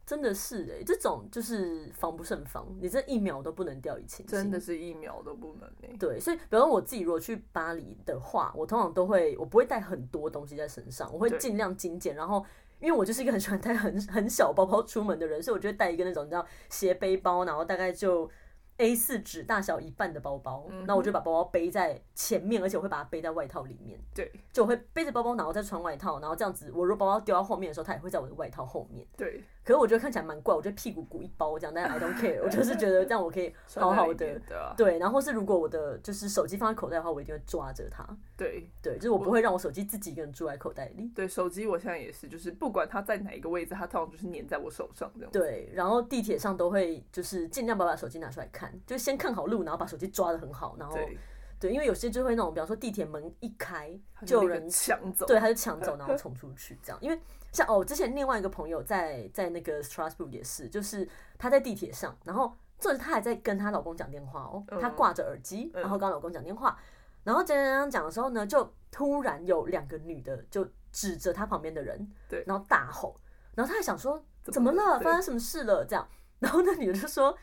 Speaker 1: 真的是哎、这种就是防不胜防，你这一秒都不能掉以轻心。
Speaker 2: 真的是一秒都不能欸
Speaker 1: 对，所以比如说我自己如果去巴黎的话，我通常都会，我不会带很多东西在身上，我会
Speaker 2: 对
Speaker 1: 尽量精简，然后。因为我就是一个很喜欢带很很小包包出门的人，所以我就会带一个那种你知道斜背包，然后大概就 A 四纸大小一半的包包，
Speaker 2: 嗯哼
Speaker 1: 然后我就把包包背在前面，而且我会把它背在外套里面，
Speaker 2: 对
Speaker 1: 就我会背着包包，然后再穿外套，然后这样子，我如果包包丢到后面的时候，它也会在我的外套后面。
Speaker 2: 对，
Speaker 1: 可是我觉得看起来蛮怪，我觉得屁股鼓一包这样，但 I don't care，我就是觉得这样我可以好
Speaker 2: 酸奶
Speaker 1: 好
Speaker 2: 一点
Speaker 1: 的。
Speaker 2: 对啊，
Speaker 1: 对，然后是如果我的就是手机放在口袋的话，我一定会抓着它。
Speaker 2: 对
Speaker 1: 对，就是我不会让我手机自己一个人住在口袋里。
Speaker 2: 对，手机我现在也是，就是不管它在哪一个位置，它通常就是粘在我手上这样。
Speaker 1: 对，然后地铁上都会就是尽量不要把手机拿出来看，就先看好路，然后把手机抓的很好，然后
Speaker 2: 对，
Speaker 1: 对，因为有些就会那种，比方说地铁门一开
Speaker 2: 它
Speaker 1: 就有
Speaker 2: 立刻
Speaker 1: 人
Speaker 2: 抢走。
Speaker 1: 对，他就抢走，然后冲出去这样。因为像哦，我之前另外一个朋友在在那个 Strasbourg 也是，就是她在地铁上，然后这是她还在跟她老公讲电话哦，她
Speaker 2: 嗯
Speaker 1: 挂着耳机，然后跟她老公讲电话，然后讲讲讲讲的时候呢，就突然有两个女的就指着她旁边的人，
Speaker 2: 对
Speaker 1: 然后大吼，然后她还想说
Speaker 2: 怎
Speaker 1: 怎么
Speaker 2: 么了
Speaker 1: 了，
Speaker 2: 对
Speaker 1: 发生什么事了这样，然后那女的就说。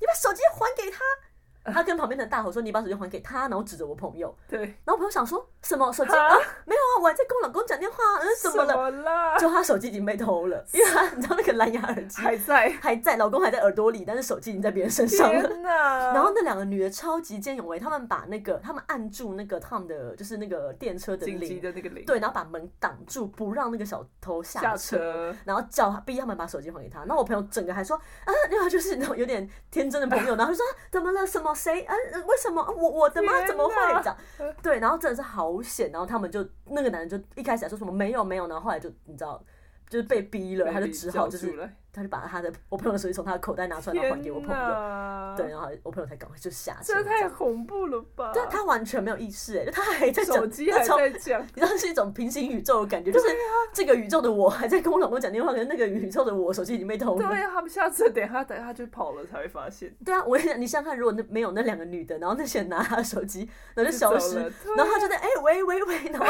Speaker 1: 你把手机还给他，她跟旁边的大吼说：“你把手机还给他。”然后指着我朋友，
Speaker 2: 对，
Speaker 1: 然后我朋友想说什么手机
Speaker 2: 啊
Speaker 1: 啊？没有啊，我还在跟我老公讲电话啊，嗯，怎么了？
Speaker 2: 么啦？
Speaker 1: 就他手机已经被偷了，因为他你知道那个蓝牙耳机
Speaker 2: 还在。
Speaker 1: 还在，老公还在耳朵里，但是手机已经在别人身上了。
Speaker 2: 天哪！
Speaker 1: 然后那两个女的超级见义勇为，他们把那个他们按住那个 Tom 的，就是那个电车的
Speaker 2: 紧急
Speaker 1: 铃，
Speaker 2: 的那个铃，
Speaker 1: 对，然后把门挡住，不让那个小偷
Speaker 2: 下
Speaker 1: 下车。
Speaker 2: 车。
Speaker 1: 然后叫他逼他们把手机还给他。那我朋友整个还说啊，那个就是那种有点天真的朋友，然后就说、啊怎么了？什么谁？啊？呃为什么啊我我的吗
Speaker 2: 天？哪
Speaker 1: 怎么会这样？对，然后真的是好险。然后他们就那个男人就一开始还说什么没有没有，然后后来就你知道。就是被逼了，他就只好就是，他就把他的我朋友的手机从他的口袋拿出来，然后还给我朋友。
Speaker 2: 友
Speaker 1: 对，，然后我朋友才赶快就下车。
Speaker 2: 这
Speaker 1: 这
Speaker 2: 太
Speaker 1: 样
Speaker 2: 恐怖了吧！
Speaker 1: 对，啊他完全没有意识哎，就他还在讲
Speaker 2: 手机还
Speaker 1: 他从
Speaker 2: 在讲，
Speaker 1: 你知道是一种平行宇宙的感觉，就是
Speaker 2: 啊
Speaker 1: 这个宇宙的我还在跟我老公讲电话，可是那个宇宙的我手机已经被偷了。
Speaker 2: 对啊，他们下次等下等下就跑了才会发现，
Speaker 1: 对啊，我也想，你想想看，如果那没有那两个女的，然后那些人拿她的手机，然后就消失
Speaker 2: 就走，了对啊
Speaker 1: 然后她就在哎、喂喂喂，然后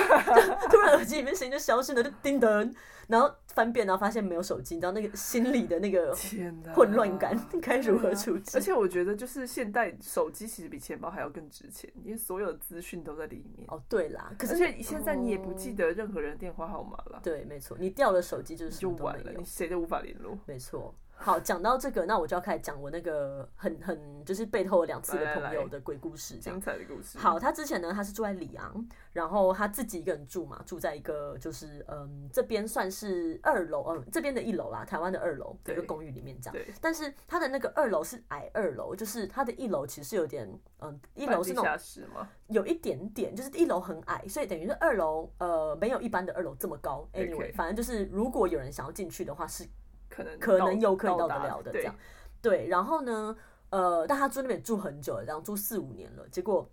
Speaker 1: 就突然耳机里面声音就消失了，就叮噔，然后翻遍，然后发现没有手机，你知道那个心里的那个
Speaker 2: 天哪，
Speaker 1: 混乱感
Speaker 2: 啊
Speaker 1: 该如何处置
Speaker 2: 而？且我觉得，就是现代手机其实比钱包还要更值钱，因为所有的资讯都在里面。
Speaker 1: 哦，对啦，可
Speaker 2: 而
Speaker 1: 是
Speaker 2: 且现在你也不记
Speaker 1: 哦
Speaker 2: 得任何人的电话号码了，
Speaker 1: 对，没错，你掉了手机就是什
Speaker 2: 就
Speaker 1: 么都
Speaker 2: 完
Speaker 1: 没
Speaker 2: 了，
Speaker 1: 有
Speaker 2: 你。谁都无法联络。
Speaker 1: 没错。好，讲到这个，那我就要开始讲我那个很很就是被偷了两次的
Speaker 2: 来来
Speaker 1: 朋友
Speaker 2: 来
Speaker 1: 的鬼故事，这样
Speaker 2: 精。彩的故事，，
Speaker 1: 好，他之前呢，他是住在里昂，然后他自己一个人住嘛，住在一个就是嗯，这边算是二楼，嗯，这边的一楼啦，台湾的二楼有一个
Speaker 2: 对
Speaker 1: 公寓里面这样
Speaker 2: 对。
Speaker 1: 但是他的那个二楼是矮二楼，就是他的一楼其实有点，嗯，一楼是那
Speaker 2: 地
Speaker 1: 种
Speaker 2: 下室吗？
Speaker 1: 有一点点，就是一楼很矮，所以等于是二楼呃没有一般的二楼这么高。Anyway，、
Speaker 2: OK
Speaker 1: 反正就是如果有人想要进去的话，是
Speaker 2: 可能
Speaker 1: 可
Speaker 2: 到
Speaker 1: 能有可以到得
Speaker 2: 达
Speaker 1: 了的这
Speaker 2: 对
Speaker 1: 样。对，然后呢，呃，但他住那边住很久了，这样住四五年了。结果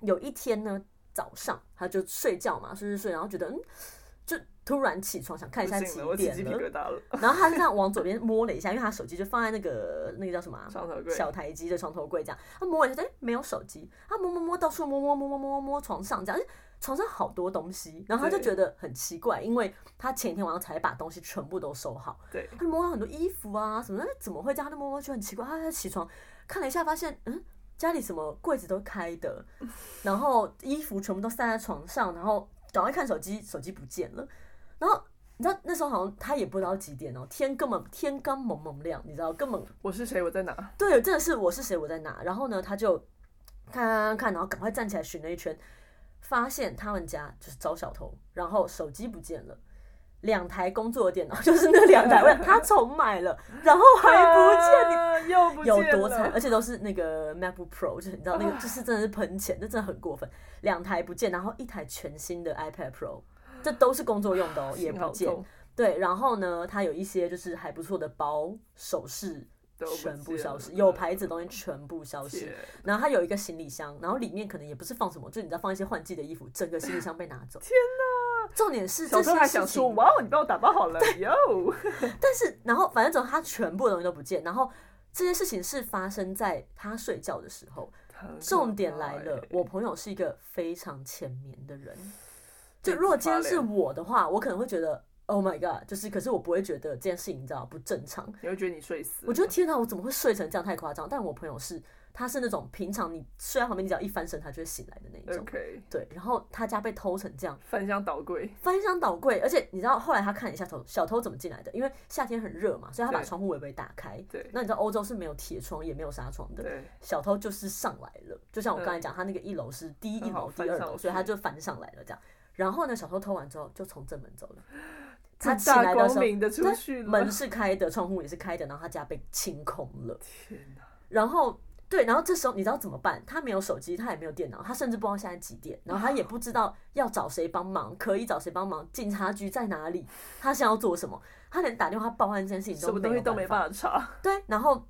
Speaker 1: 有一天呢，早上他就睡觉嘛，睡睡睡，然后觉得嗯，就突然起床想看一
Speaker 2: 不
Speaker 1: 下
Speaker 2: 行
Speaker 1: 几
Speaker 2: 了我起鸡
Speaker 1: 点
Speaker 2: 皮
Speaker 1: 了，
Speaker 2: 疙瘩了。
Speaker 1: 然后他就这样往左边摸了一下，因为他手机就放在那个那个叫什么啊、
Speaker 2: 床头柜，
Speaker 1: 小台机的床头柜这样，他摸了一下，哎、没有手机，他摸摸摸，到处摸摸摸摸摸摸床上这样，哎床上好多东西，然后他就
Speaker 2: 对
Speaker 1: 觉得很奇怪，因为他前一天晚上才把东西全部都收好，
Speaker 2: 对，
Speaker 1: 他就摸到很多衣服啊什么的，哎怎么会这样？他就摸摸就很奇怪。他他起床看了一下，发现嗯，家里什么柜子都开的，然后衣服全部都散在床上，然后赶快看手机，手机不见了。然后你知道那时候好像他也不知道几点哦，天根本天刚蒙蒙亮，你知道根本
Speaker 2: 我是谁？我在哪？
Speaker 1: 对，真的是我是谁，我在哪？然后呢，他就看看看，然后赶快站起来寻了一圈，发现他们家就是招小偷，然后手机不见了。两台工作的电脑， 就是那两台，我想他重买了，然后还不见
Speaker 2: 见你，又啊不
Speaker 1: 你，
Speaker 2: 见
Speaker 1: 有
Speaker 2: 了
Speaker 1: 多惨？而且都是那 个 MacBook Pro，就是你知道那个，就是真的是喷钱，那真的很过分。两台不见，然后一台全新的 iPad Pro，这都是工作用 的哦，也
Speaker 2: 心好
Speaker 1: 不见。
Speaker 2: 痛
Speaker 1: 对，然后呢，他有一些就是还不错的包、首饰，
Speaker 2: 都不
Speaker 1: 全部
Speaker 2: 见
Speaker 1: 消
Speaker 2: 了嗯
Speaker 1: 失，有牌子的东西全部消失
Speaker 2: 天。
Speaker 1: 然后他有一个行李箱，然后里面可能也不是放什么，就你知道放一些换季的衣服，整个行李箱被拿走。
Speaker 2: 天哪！
Speaker 1: 重点是
Speaker 2: 小
Speaker 1: 这
Speaker 2: 时候
Speaker 1: 些
Speaker 2: 还
Speaker 1: 事
Speaker 2: 想说，
Speaker 1: 情，
Speaker 2: 哇哦，你帮我打包好了哟。
Speaker 1: 但是然后反正总之他全部的东西都不见，然后这些事情是发生在他睡觉的时候。
Speaker 2: 啊
Speaker 1: 重点来
Speaker 2: 哎
Speaker 1: 了，我朋友是一个非常浅眠的 人，就
Speaker 2: 对
Speaker 1: 如果
Speaker 2: 自
Speaker 1: 今
Speaker 2: 发
Speaker 1: 天是
Speaker 2: 凉
Speaker 1: 我的话，我可能会觉得 Oh my God，就是可是我不会觉得这件事情你知道不正常。
Speaker 2: 你会觉得你睡死了？
Speaker 1: 我觉得天哪，我怎么会睡成这样？太夸张！但我朋友是他是那种平常你睡在旁边，你只要一翻身，他就会醒来的那一种。
Speaker 2: OK，
Speaker 1: 对，然后他家被偷成这样，
Speaker 2: 翻箱倒柜，
Speaker 1: 翻箱倒柜，而且你知道后来他看了一下头小偷怎么进来的，因为夏天很热嘛，所以他把
Speaker 2: 对
Speaker 1: 窗户微微打开。
Speaker 2: 对
Speaker 1: 那你知道欧洲是没有铁窗也没有纱窗的，
Speaker 2: 对，
Speaker 1: 小偷就是上来了，就像我刚才讲，他那个一楼是第一一
Speaker 2: 嗯刚好
Speaker 1: 楼、第
Speaker 2: 翻
Speaker 1: 二
Speaker 2: 上
Speaker 1: 楼，
Speaker 2: 去
Speaker 1: 所以他就翻上来了这样。然后呢，小偷偷完之后就从正门走 了。他
Speaker 2: 正
Speaker 1: 起
Speaker 2: 大
Speaker 1: 来的
Speaker 2: 光
Speaker 1: 时候，
Speaker 2: 明的出
Speaker 1: 对
Speaker 2: 去了，
Speaker 1: 门是开的，窗户也是开的，然后他家被清空了。
Speaker 2: 天哪，
Speaker 1: 然后对，然后这时候你知道怎么办？他没有手机，他也没有电脑，他甚至不知道现在几点，然后他也不知道要找谁帮忙，可以找谁帮忙，警察局在哪里，他想要做什么，他连打电话报案这件事情
Speaker 2: 什
Speaker 1: 都
Speaker 2: 么
Speaker 1: 没
Speaker 2: 东西
Speaker 1: 有
Speaker 2: 都没
Speaker 1: 法。
Speaker 2: 办法查，
Speaker 1: 对，然后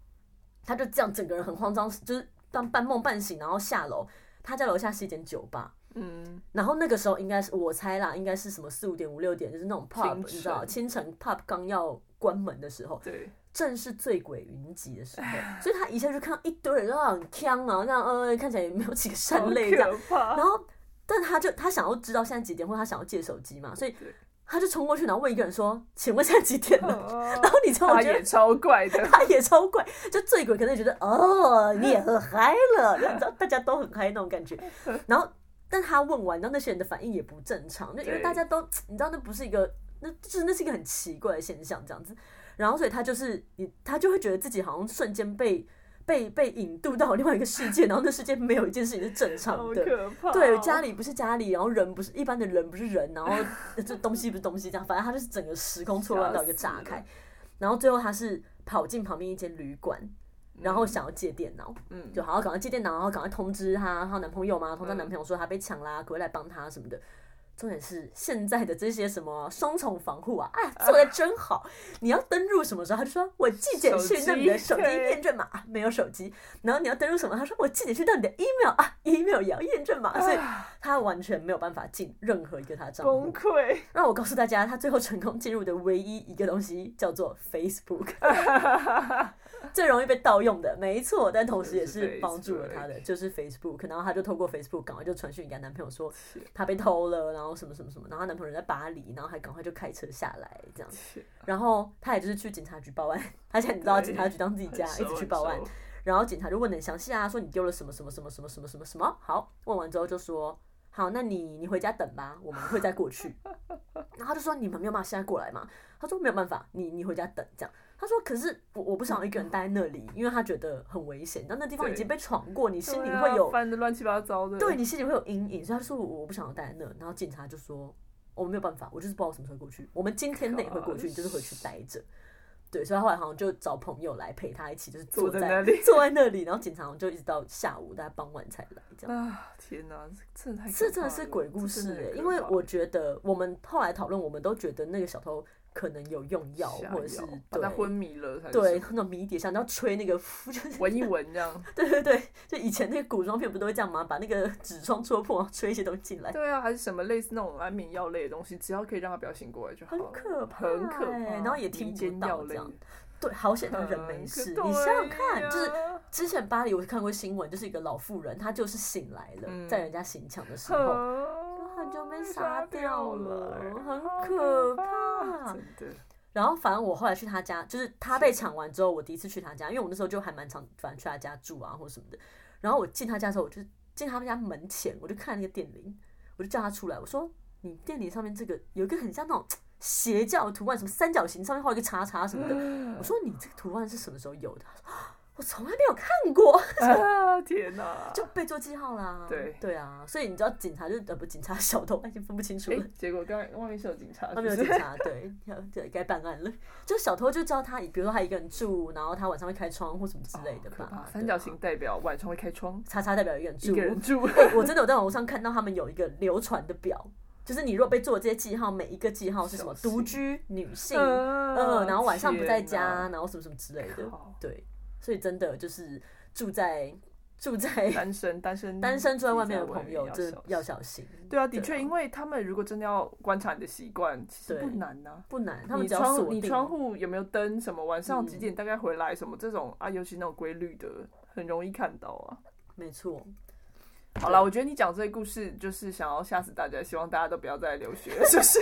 Speaker 1: 他就这样整个人很慌张，就是半半梦半醒，然后下楼，他家楼下是一间酒吧。
Speaker 2: 嗯，
Speaker 1: 然后那个时候应该是我猜啦，应该是什么四五点五六点，就是那种 pub，
Speaker 2: 清
Speaker 1: 你知道
Speaker 2: 晨
Speaker 1: 清晨 pub 刚要关门的时候，
Speaker 2: 对，
Speaker 1: 正是醉鬼云集的时候，所以他一下就看到一堆人，然后很呛啊，那样呃看起来也没有几个
Speaker 2: 好
Speaker 1: 善类这样，
Speaker 2: 可 怕，
Speaker 1: 然后但他就他想要知道现在几点，或者他想要借手机嘛，所以
Speaker 2: 对
Speaker 1: 他就冲过去，然后问一个人说：“请问现在几点了？”
Speaker 2: 哦
Speaker 1: 然后你知道我
Speaker 2: 他
Speaker 1: 觉得
Speaker 2: 也超怪的，
Speaker 1: 他也超怪，就醉鬼可能觉得哦，你也很嗨了，你知道大家都很嗨那种 感觉。然后，但他问完，然后那些人的反应也不正常，就因为
Speaker 2: 对
Speaker 1: 大家都你知道那不是一个，那就是那是一个很奇怪的现象这样子。然后，所以他就是你，他就会觉得自己好像瞬间被被被引渡到另外一个世界，然后那世界没有一件事情是正常
Speaker 2: 好
Speaker 1: 的。
Speaker 2: 可怕哦，
Speaker 1: 对，家里不是家里，然后人不是一般的人不是人， 然后这东西不是东西，这样，反正他就是整个时空错乱到一个炸
Speaker 2: 吓死
Speaker 1: 开。然后最后他是跑进旁边一间旅馆，然后想要借电脑，
Speaker 2: 嗯，
Speaker 1: 就好好赶快借电脑，然后赶快通知她她男朋友嘛，通知她
Speaker 2: 嗯
Speaker 1: 男朋友说她被抢啦，可不可以来帮她什么的。重点是现在的这些什么双重防护啊，啊，做的真好。你要登录什么时候，他就说我寄简讯到你的手
Speaker 2: 手
Speaker 1: 机
Speaker 2: 机
Speaker 1: 验证码、啊，没有手机。然后你要登录什么，他说我寄简讯到你的 email 啊，email 也要验证码，所以
Speaker 2: 啊
Speaker 1: 他完全没有办法进任何一个他的账
Speaker 2: 崩
Speaker 1: 户。
Speaker 2: 溃，
Speaker 1: 那我告诉大家，他最后成功进入的唯一一个东西叫做 Facebook，最容易被盗用的，没错。但同时也
Speaker 2: 就是是
Speaker 1: 帮助了他的，就是 Facebook。然后她就透过 Facebook 赶快就传讯给她男朋友说 她被偷了，然后什么什么什么，然后她男朋友在巴黎，然后还赶快就开车下来这样。然后她也就是去警察局报案，而且你知道
Speaker 2: 对
Speaker 1: 警察局当自己家，
Speaker 2: 很
Speaker 1: 一直
Speaker 2: 熟
Speaker 1: 去
Speaker 2: 很
Speaker 1: 报案
Speaker 2: 熟。
Speaker 1: 然后警察就问的很详细啊，说你丢了什么什么什么什么什么什么什么。好，问完之后就说，好，那你你回家等吧，我们会再过 去。然后他就说你们没有办法现在过来嘛？他说没有办法，你你回家等这样。他说可是我我不想要一个人待在那里，因为他觉得很危险，但那地方已经被闯过，你心里
Speaker 2: 对啊
Speaker 1: 会有
Speaker 2: 翻的乱七八糟 的，
Speaker 1: 对你心里会有阴影，所以他就说我我不想要待在那。然后警察就说我们没有办法，我就是不知道我什么时候过去，我们今天内会过去，你就是回去待着。对，所以他后来好像就找朋友来陪他一起，就是坐
Speaker 2: 坐在
Speaker 1: 在
Speaker 2: 那里
Speaker 1: 坐在那里，然后警察好像就一直到下午大概傍晚才来这样。
Speaker 2: 啊，天哪，这真的太可
Speaker 1: 这真的
Speaker 2: 怕
Speaker 1: 是
Speaker 2: 了
Speaker 1: 鬼故
Speaker 2: 这
Speaker 1: 事
Speaker 2: 真的
Speaker 1: 欸
Speaker 2: 很
Speaker 1: 因
Speaker 2: 可
Speaker 1: 为
Speaker 2: 怕
Speaker 1: 我觉得我们后来讨论，我们都觉得那个小偷可能有用药，
Speaker 2: 下
Speaker 1: 或者是
Speaker 2: 药把
Speaker 1: 对
Speaker 2: 他昏迷了 才
Speaker 1: 对
Speaker 2: 是，
Speaker 1: 那种迷迭香，然后吹那个， 就是
Speaker 2: 闻一闻 这样，
Speaker 1: 对对对，就以前那个古装片不都会这样吗？把那个纸窗戳破，然后吹一些东西进来。
Speaker 2: 对啊，还是什么类似那种安眠药类的东西，只要可以让他不要醒过来就好
Speaker 1: 很
Speaker 2: 了，
Speaker 1: 可怕
Speaker 2: 很可怕
Speaker 1: 欸，然后也听
Speaker 2: 民
Speaker 1: 不
Speaker 2: 间
Speaker 1: 到
Speaker 2: 药
Speaker 1: 这
Speaker 2: 类
Speaker 1: 样对，好险他人没
Speaker 2: 很
Speaker 1: 事。
Speaker 2: 可
Speaker 1: 你想想看，
Speaker 2: 对
Speaker 1: 就是
Speaker 2: 呀
Speaker 1: 之前巴黎我看过新闻，就是一个老妇人，她就是醒来了，
Speaker 2: 嗯
Speaker 1: 在人家行抢的时候，
Speaker 2: 很
Speaker 1: 她就被
Speaker 2: 杀
Speaker 1: 杀掉了
Speaker 2: 了，
Speaker 1: 很
Speaker 2: 好
Speaker 1: 可怕
Speaker 2: 怕，真 的，
Speaker 1: 然后反正我后来去她家，就是她被抢完之后，我第一次去她家，因为我那时候就还蛮常反正去她家住啊或什么的。然后我进她家的时候，我就进他们家门前，我就看那个电铃，我就叫她出来，我说你电铃上面这个有一个很像那种邪教图案，什么三角形上面画一个叉叉什么的，
Speaker 2: 嗯
Speaker 1: 我说你这个图案是什么时候有的？他说啊我从来没有看过，
Speaker 2: 啊天哪，
Speaker 1: 就被做记号啦。
Speaker 2: 对
Speaker 1: 对啊，所以你知道警察就呃不警察小偷已经分不清楚
Speaker 2: 哎
Speaker 1: 了，，
Speaker 2: 结果刚才外面是有警察，
Speaker 1: 他没有
Speaker 2: 是
Speaker 1: 警
Speaker 2: 不是
Speaker 1: 察，对，要对该办案了。就小偷就知道他，比如说他一个人住，然后他晚上会开窗或什么之类的
Speaker 2: 哦可
Speaker 1: 吧。
Speaker 2: 怕
Speaker 1: 对啊
Speaker 2: 三角形代表晚上会开窗，
Speaker 1: 叉叉代表一个人
Speaker 2: 一
Speaker 1: 住
Speaker 2: 个。人 住，
Speaker 1: 哎我真的有在网上看到他们有一个流传的表，就是你若被做这些记号，每一个记号是什么？
Speaker 2: 小心
Speaker 1: 独居女性，
Speaker 2: 嗯
Speaker 1: 嗯，然后晚上不在家，
Speaker 2: 天
Speaker 1: 然后什么什么之类的。
Speaker 2: 哪靠
Speaker 1: 对，所以真的就是住在住 在
Speaker 2: 单身单身
Speaker 1: 单身住在外面的
Speaker 2: 自己在外
Speaker 1: 朋友，
Speaker 2: 要
Speaker 1: 真
Speaker 2: 小
Speaker 1: 的
Speaker 2: 心
Speaker 1: 要小心。
Speaker 2: 对啊，的
Speaker 1: 对
Speaker 2: 确，
Speaker 1: 啊
Speaker 2: 因为他们如果真的要观察你的习惯，其实
Speaker 1: 对
Speaker 2: 不难呐、
Speaker 1: 不难，他们
Speaker 2: 你
Speaker 1: 只要锁
Speaker 2: 窗
Speaker 1: 定
Speaker 2: 你窗户有没有灯？什么晚上
Speaker 1: 嗯
Speaker 2: 几点大概回来？什么这种啊，尤其那种规律的，很容易看到啊。
Speaker 1: 没错。
Speaker 2: 好啦，我觉得你讲这个故事就是想要吓死大家，希望大家都不要再留学， 是不是？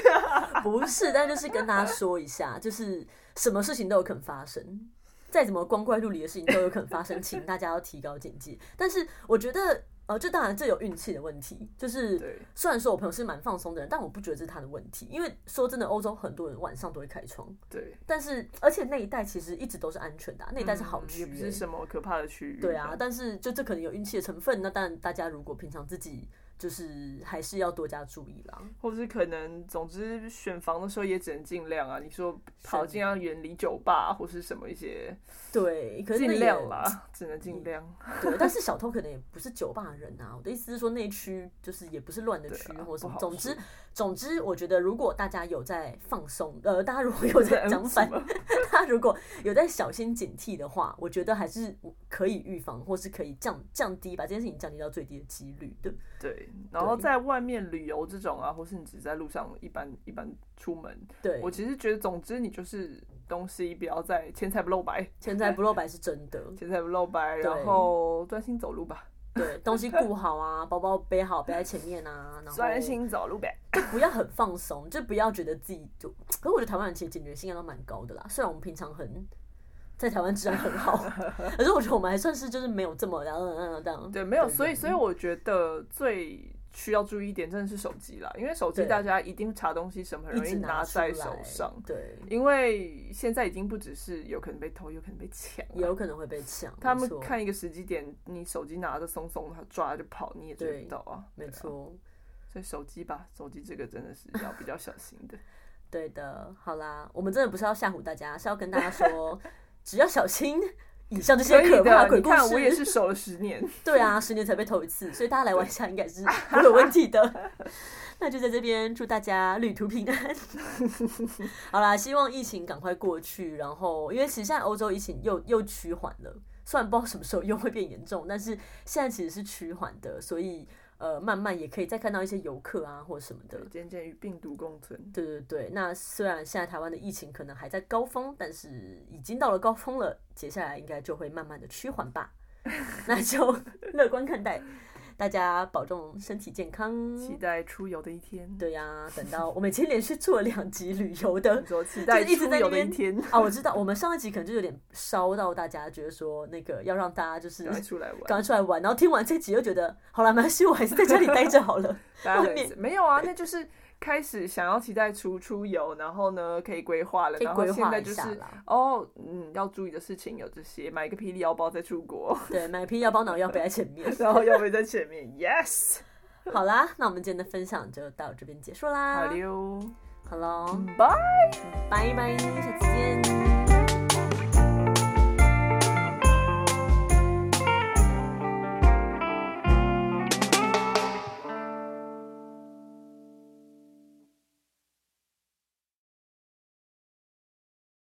Speaker 1: 不是，但就是跟大家说一下，就是什么事情都有可能发生。再怎么光怪陆离的事情都有可能发生，请大家要提高警戒。但是我觉得，呃，这当然这有运气的问题，就是
Speaker 2: 对，
Speaker 1: 虽然说我朋友是蛮放松的人，但我不觉得这是他的问题，因为说真的，欧洲很多人晚上都会开窗，
Speaker 2: 对，
Speaker 1: 但是而且那一带其实一直都是安全的啊、那一带是好
Speaker 2: 嗯
Speaker 1: 区、
Speaker 2: 也
Speaker 1: 欸，
Speaker 2: 不是什么可怕的区域。
Speaker 1: 对啊，，但是就这可能有运气的成分，那当然大家如果平常自己就是还是要多加注意啦。
Speaker 2: 或是可能，总之选房的时候也只能尽量啊。你说跑
Speaker 1: 是
Speaker 2: 尽量远离酒吧或是什么一些，
Speaker 1: 对，可是那
Speaker 2: 尽
Speaker 1: 也
Speaker 2: 量啦，只能尽量。
Speaker 1: 对，但是小偷可能也不是酒吧人啊。我的意思是说，那区就是也不是乱的
Speaker 2: 对
Speaker 1: 区
Speaker 2: 啊
Speaker 1: 或什
Speaker 2: 不
Speaker 1: 么。
Speaker 2: 好
Speaker 1: 总之
Speaker 2: 说，
Speaker 1: 总之，我觉得如果大家有在放松，呃，大家 如果有在讲反，
Speaker 2: 什么
Speaker 1: 大家如果有在小心警惕的话，我觉得还是可以预防，或是可以降降低把这件事情降低到最低的几率。对，
Speaker 2: 对，然后
Speaker 1: 对
Speaker 2: 在外面旅游这种啊，或是你只是在路上一般一般出门，
Speaker 1: 对
Speaker 2: 我，其实觉得，总之你就是东西不要再钱财不露白，
Speaker 1: 钱财不露白是真的。
Speaker 2: 钱财不露白，
Speaker 1: 对
Speaker 2: 然后专心走路吧，
Speaker 1: 对，东西顾好啊，包包背好，背在前面啊， 然后
Speaker 2: 专心走路呗。
Speaker 1: 不要很放松，就不要觉得自己就。可是我觉得台湾人其实警觉性应该都蛮高的啦，虽然我们平常很在台湾治安很 好，可是我觉得我们还算是就是没有这么然后然后这样。
Speaker 2: 对，没有，
Speaker 1: 对
Speaker 2: 所以
Speaker 1: 对
Speaker 2: 所以我觉得最需要注意一点，真的是手机啦，因为手机
Speaker 1: 对
Speaker 2: 大家一定查东西什么，很
Speaker 1: 一
Speaker 2: 容易
Speaker 1: 直拿出
Speaker 2: 在
Speaker 1: 来
Speaker 2: 手上。
Speaker 1: 对，
Speaker 2: 因为现在已经不只是有可能被偷，有可能被抢啊、
Speaker 1: 也有可能会被抢。
Speaker 2: 他
Speaker 1: 没
Speaker 2: 们
Speaker 1: 错
Speaker 2: 看一个时机点，你手机拿着松松，他抓就跑，你也追
Speaker 1: 对
Speaker 2: 不到啊。
Speaker 1: 没
Speaker 2: 对啊
Speaker 1: 错，
Speaker 2: 所以手机吧，手机这个真的是要比较小心的。
Speaker 1: 对的。好啦，我们真的不是要吓唬大家，是要跟大家说，只要小心以 上这些
Speaker 2: 可以
Speaker 1: 可怕
Speaker 2: 的，
Speaker 1: 鬼
Speaker 2: 你
Speaker 1: 故
Speaker 2: 看我也
Speaker 1: 事。
Speaker 2: 是守了 十年。
Speaker 1: 对啊，十年才被偷一次，所以大家来玩一下应该是不会有问题的。 那就在这边祝大家旅途平安。 好啦，希望疫情赶快过去，然后因为其实现在欧洲疫情又又趋缓了，虽然不知道什么时候又会变严重，但是现在其实是趋缓的，所以呃慢慢也可以再看到一些游客啊或什么的
Speaker 2: 对，。渐渐与病毒共存。
Speaker 1: 对对对，那虽然现在台湾的疫情可能还在高峰，但是已经到了高峰了，接下来应该就会慢慢的趋缓 吧。那就 乐观看待，大家保重身体健康。
Speaker 2: 期待出游的一天。，
Speaker 1: 对呀、等到我们已经连续做了两集旅游的
Speaker 2: 你说期待
Speaker 1: 嗯就是一直
Speaker 2: 出
Speaker 1: 在
Speaker 2: 游
Speaker 1: 那
Speaker 2: 的
Speaker 1: 边
Speaker 2: 一天，
Speaker 1: 啊，我知道我们上一集可能就有点烧到大家，觉得说那个要让大家 就是
Speaker 2: 赶快出来
Speaker 1: 赶
Speaker 2: 玩。
Speaker 1: 快出来玩，然后听完这集又觉得好了，没关系，我还是在家里待着好 了。
Speaker 2: 大家
Speaker 1: 外
Speaker 2: 很
Speaker 1: 面
Speaker 2: 没有啊，那就是开始想要期待出出游，然后呢可以规划了，
Speaker 1: 可以
Speaker 2: 然后
Speaker 1: 规
Speaker 2: 现
Speaker 1: 划
Speaker 2: 在
Speaker 1: 一
Speaker 2: 就是
Speaker 1: 下啦，
Speaker 2: 哦，嗯，要注意的事情有这些，买一个霹雳腰包再 出国，
Speaker 1: 对，买批腰包脑药背在前面。
Speaker 2: 然后要背在前面。yes，
Speaker 1: 好啦，那我们今天的分享就啊到这边结束啦。
Speaker 2: 好溜，
Speaker 1: 好喽，
Speaker 2: 拜。
Speaker 1: 拜拜，下次见。